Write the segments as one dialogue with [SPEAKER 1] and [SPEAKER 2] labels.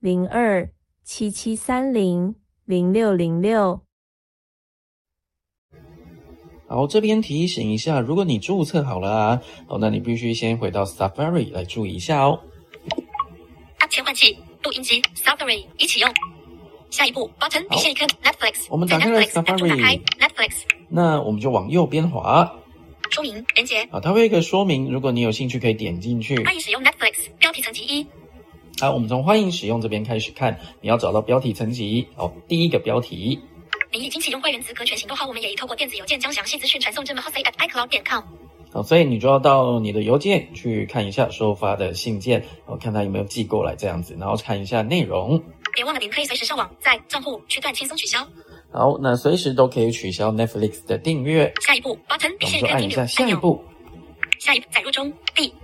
[SPEAKER 1] 零二七七三零零六零六。
[SPEAKER 2] 好，这边提醒一下，如果你注册好了啊，哦，那你必须先回到 Safari 来注意一下哦。
[SPEAKER 3] 切换器、录音机、Safari 一起用。下一步，button 底线 icon Netflix。
[SPEAKER 2] 我们
[SPEAKER 3] 在
[SPEAKER 2] 打开了
[SPEAKER 3] Netflix app 中打开
[SPEAKER 2] Safari
[SPEAKER 3] Netflix
[SPEAKER 2] 那我们就往右边滑
[SPEAKER 3] 说明连接。
[SPEAKER 2] 啊，它会有一个说明，如果你有兴趣可以点进去。
[SPEAKER 3] 欢迎使用 Netflix 标题层级一。
[SPEAKER 2] 好，我们从欢迎使用这边开始看，你要找到标题层级哦，第一个标题。
[SPEAKER 3] 您已经启用会员资格全行动后，我们也已透过电子邮件将详细资讯传送至 m a h o s at icloud.com。
[SPEAKER 2] 哦，所以你就要到你的邮件去看一下收发的信件，哦，看他有没有寄过来这样子，然后看一下内容。
[SPEAKER 3] 别忘了，您可以随时上网，在账户区段轻松取消。
[SPEAKER 2] 好，那随时都可以取消 Netflix 的订阅。
[SPEAKER 3] 下一步，button
[SPEAKER 2] 我
[SPEAKER 3] 底
[SPEAKER 2] 们
[SPEAKER 3] 线
[SPEAKER 2] 就
[SPEAKER 3] 看
[SPEAKER 2] 按一
[SPEAKER 3] 停留
[SPEAKER 2] 下
[SPEAKER 3] 按
[SPEAKER 2] 下一
[SPEAKER 3] 钮。
[SPEAKER 2] 步。
[SPEAKER 3] 下一步载入中 B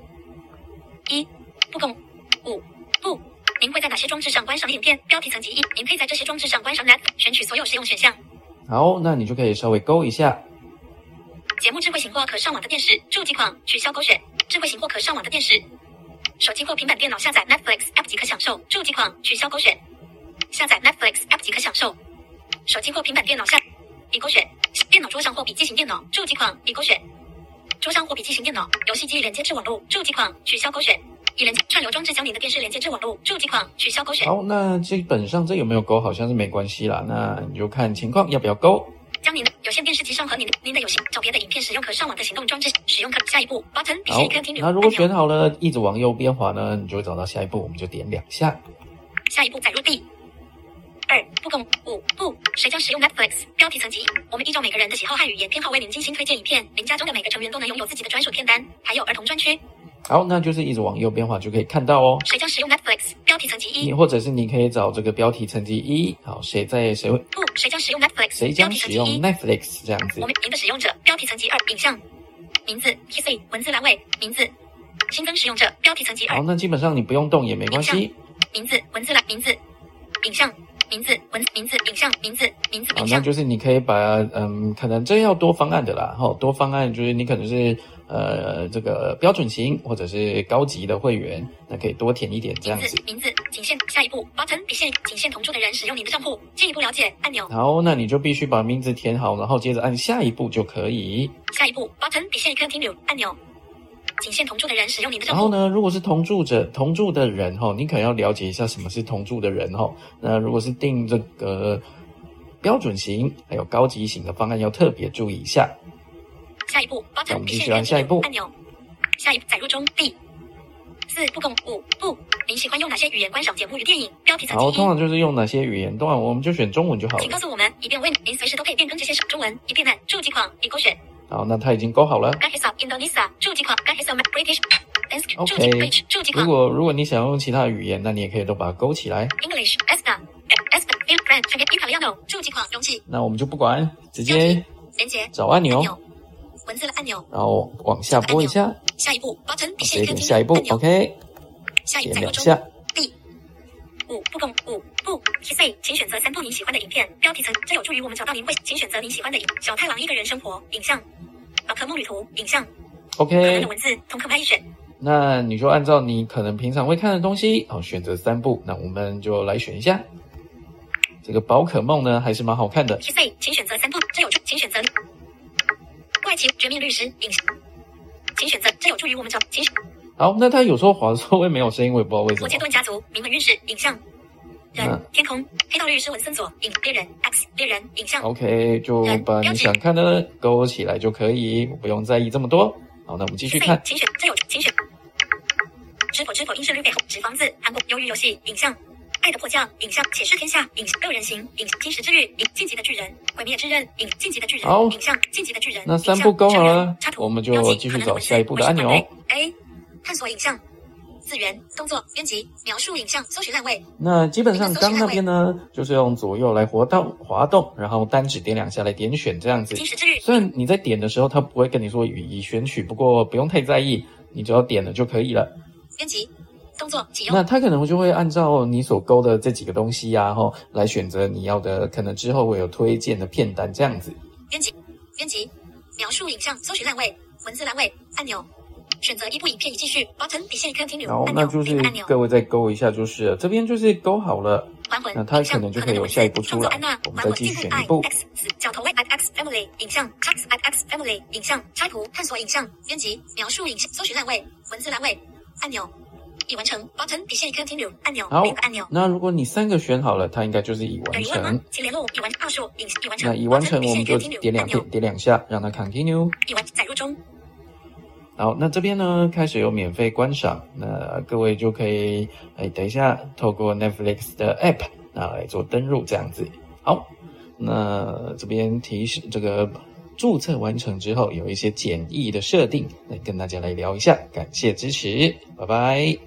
[SPEAKER 3] 一不共五步。您会在哪些装置上观赏影片？标题层级一，您可以在这些装置上观赏 Netflix，选取所有使用选项。
[SPEAKER 2] 好，那你就可以稍微勾一下。
[SPEAKER 3] 节目智慧型或可上网的电视，注记框取消勾选。智慧型或可上网的电视，手机或平板电脑下载 Netflix app 即可享受。注记框取消勾选。下载 Netflix app 即可享受。手机或平板电脑下已勾选。电脑桌上或笔记型电脑，注记框已勾选。桌上或笔记型电脑，游戏机连接至网络，注记框取消勾选。已连接串流装置将您的电视连接至网络，注记框取消勾选。
[SPEAKER 2] 好，那基本上这有没有勾好像是没关系啦，那你就看情况要不要勾。
[SPEAKER 3] 将您的有线电视机上和您的您的有线照片的影片使用可上网的行动装置使用可下一步 button 底
[SPEAKER 2] 好
[SPEAKER 3] 线一颗停，留
[SPEAKER 2] 那
[SPEAKER 3] 按
[SPEAKER 2] 如果
[SPEAKER 3] 钮。
[SPEAKER 2] 选好了，一直往右边滑呢，你就会找到下一步，我们就点两下。
[SPEAKER 3] 下一步载入 B。二不共五不，谁将使用 Netflix？标题层级，我们依照每个人的喜好和语言偏好为您精心推荐影片。您家中的每个成员都能拥有自己的专属片单，还有儿童专区。
[SPEAKER 2] 好，那就是一直往右边滑就可以看到哦。
[SPEAKER 3] 谁将使用 Netflix？标题层级
[SPEAKER 2] 你
[SPEAKER 3] 一
[SPEAKER 2] 或者是你可以找这个标题层级一，好，谁在谁会
[SPEAKER 3] 不，谁将使用 Netflix？
[SPEAKER 2] 谁
[SPEAKER 3] 标
[SPEAKER 2] 将
[SPEAKER 3] 题层
[SPEAKER 2] 使
[SPEAKER 3] 级
[SPEAKER 2] 用
[SPEAKER 3] 一，
[SPEAKER 2] Netflix 这样子
[SPEAKER 3] 我。们您的使用者。标题层级二，影像，名字 PC，文字栏位，名字，新增使用者。标题层级二
[SPEAKER 2] 好，，那基本上你不用动也没关系。
[SPEAKER 3] 名字，文字栏，名字，影像，名字，文字，名字，影像，名字，名字，
[SPEAKER 2] 好，啊那
[SPEAKER 3] 影像。
[SPEAKER 2] 就是你可以把嗯，可能这要多方案的啦。哈、多方案就是你可能是呃这个标准型或者是高级的会员，那可以多填一点这
[SPEAKER 3] 名
[SPEAKER 2] 样
[SPEAKER 3] 字
[SPEAKER 2] 子。
[SPEAKER 3] 名字仅限下一步 button 底线仅限同住的人使用您的账户。进一步了解按钮。
[SPEAKER 2] 好，那你就必须把名字填好，然后接着按下一步就可以。
[SPEAKER 3] 下一步 button 底线 continue 按钮。仅限同住的人使用您的
[SPEAKER 2] 然
[SPEAKER 3] 账
[SPEAKER 2] 后
[SPEAKER 3] 户。
[SPEAKER 2] 呢，如果是同住者、同住的人哈、你可能要了解一下什么是同住的人哈、那如果是定这个标准型还有高级型的方案，要特别注意一下。
[SPEAKER 3] 下一步
[SPEAKER 2] 那我
[SPEAKER 3] button
[SPEAKER 2] 们
[SPEAKER 3] 底
[SPEAKER 2] 继
[SPEAKER 3] 线
[SPEAKER 2] 续按下一步
[SPEAKER 3] continue 按钮。下一步载入中 B。四不共五不，您喜欢用哪些语言观赏节目与电影？标题层
[SPEAKER 2] 然
[SPEAKER 3] 级
[SPEAKER 2] 后
[SPEAKER 3] 一
[SPEAKER 2] 通。常就是用哪些语言？当然我们就选中文就好
[SPEAKER 3] 请告
[SPEAKER 2] 了。
[SPEAKER 3] 诉我们，以便为您随时都可以变更这些中文，以便按注记框已勾选。
[SPEAKER 2] 好，那它已经勾好了。
[SPEAKER 3] Bahasa Indonesia 注啊记框，Bahasa British English 注
[SPEAKER 2] OK
[SPEAKER 3] 记 British 注记
[SPEAKER 2] 如
[SPEAKER 3] 框
[SPEAKER 2] 果如果你想用其他语言，那你也可以都把它勾起来。
[SPEAKER 3] ，English Esta Esta 啊 French Italiano 注记框容器。
[SPEAKER 2] 那我们就不管，直接
[SPEAKER 3] 连接
[SPEAKER 2] 找按钮
[SPEAKER 3] 按，钮，文字的按钮，
[SPEAKER 2] 然后往下拨一下，
[SPEAKER 3] 下一步 button 底
[SPEAKER 2] 直
[SPEAKER 3] 线
[SPEAKER 2] 接点
[SPEAKER 3] 可听
[SPEAKER 2] 啊下一步，OK，点
[SPEAKER 3] 按钮，下一步载入
[SPEAKER 2] 两
[SPEAKER 3] 中
[SPEAKER 2] 下。
[SPEAKER 3] B 五不共五不 T C，请选择三部您喜欢的影片，标题层这有助于我们找到您会，请选择您喜欢的影。小太郎一个人生活影像，宝可梦旅途影像，可能
[SPEAKER 2] OK，
[SPEAKER 3] 的文字同可爱选，
[SPEAKER 2] 那你就按照你可能平常会看的东西，好选择三部。那我们就来选一下，这个宝可梦呢还是蛮好看的。
[SPEAKER 3] T C，请选择三部这有助，请选择怪奇绝命律师影像，请选择这有助于我们找，请选
[SPEAKER 2] 好，那它有时候滑的时候会没有声音，我也不知道为什
[SPEAKER 3] 摩
[SPEAKER 2] 么
[SPEAKER 3] 切。顿家族铭文运势影像。
[SPEAKER 2] 嗯
[SPEAKER 3] 人天空黑道律师文森佐影猎人 X 猎人影像
[SPEAKER 2] OK，就把你想看的勾起来就可以，不用在意这么多。好，那我们继续看。
[SPEAKER 3] 请选这有请选。知否知否应是绿背后纸房子韩国鱿鱼游戏影像。爱的迫降影像，且试天下影六人行影金石之日影晋级的巨人毁灭之刃影晋级的巨人
[SPEAKER 2] 好
[SPEAKER 3] 影像晋级的巨人。
[SPEAKER 2] 那
[SPEAKER 3] 影像
[SPEAKER 2] 三步勾好了
[SPEAKER 3] 成员插图
[SPEAKER 2] 我们就
[SPEAKER 3] 标记
[SPEAKER 2] 继续
[SPEAKER 3] 可能的
[SPEAKER 2] 找
[SPEAKER 3] 文字
[SPEAKER 2] 下一步的按钮。
[SPEAKER 3] 文字管理 A 探索影像字源、动作、编辑、描述、影像、搜寻栏位。
[SPEAKER 2] 那基本上刚那边呢，就是用左右来活动滑动，然后单指点两下来点选这样子。
[SPEAKER 3] 今时之日，
[SPEAKER 2] 虽然你在点的时候，它不会跟你说语义选取，不过不用太在意，你只要点了就可以了。
[SPEAKER 3] 编辑、动作、启用、
[SPEAKER 2] 那它可能就会按照你所勾的这几个东西呀、啊，吼，来选择你要的，可能之后会有推荐的片单这样子。
[SPEAKER 3] 编辑、编辑、描述、影像、搜寻栏位、文字栏位按钮。选择一部影片已继续 button 底线客厅旅
[SPEAKER 2] 然后
[SPEAKER 3] 按
[SPEAKER 2] 那
[SPEAKER 3] 钮
[SPEAKER 2] 就是
[SPEAKER 3] 并按钮
[SPEAKER 2] 各位再勾一下，就是了这边就是勾好了，
[SPEAKER 3] 还魂
[SPEAKER 2] 那它
[SPEAKER 3] 影像
[SPEAKER 2] 可能就
[SPEAKER 3] 可
[SPEAKER 2] 可以
[SPEAKER 3] 能
[SPEAKER 2] 有
[SPEAKER 3] 文字
[SPEAKER 2] 下一步
[SPEAKER 3] 创
[SPEAKER 2] 出
[SPEAKER 3] 作
[SPEAKER 2] 来
[SPEAKER 3] 安娜
[SPEAKER 2] 我们
[SPEAKER 3] 还
[SPEAKER 2] 再
[SPEAKER 3] 魂
[SPEAKER 2] 继续
[SPEAKER 3] 进
[SPEAKER 2] 选
[SPEAKER 3] 入
[SPEAKER 2] 一
[SPEAKER 3] i
[SPEAKER 2] 步
[SPEAKER 3] x 角头 y at x family 影像 x at x family 影像插图探索影像编辑描述影像搜寻栏位文字栏位按钮已完成 button 底线 continue 按钮
[SPEAKER 2] 好
[SPEAKER 3] link 按钮
[SPEAKER 2] 那如果你三个选好了，它应该就是已
[SPEAKER 3] 有
[SPEAKER 2] 完
[SPEAKER 3] 疑问吗
[SPEAKER 2] 成。？
[SPEAKER 3] 请联络已完二十五影已完成
[SPEAKER 2] 那已完成
[SPEAKER 3] button 底
[SPEAKER 2] 我
[SPEAKER 3] 线
[SPEAKER 2] 们就
[SPEAKER 3] continue
[SPEAKER 2] 点两
[SPEAKER 3] 按钮
[SPEAKER 2] 点点两下，让它 continue。
[SPEAKER 3] 已完载入中
[SPEAKER 2] 好，那这边呢开始有免费观赏，那各位就可以哎等一下透过 Netflix 的 App 那来做登录这样子。好，那这边提示这个注册完成之后有一些简易的设定，来跟大家来聊一下，感谢支持，拜拜。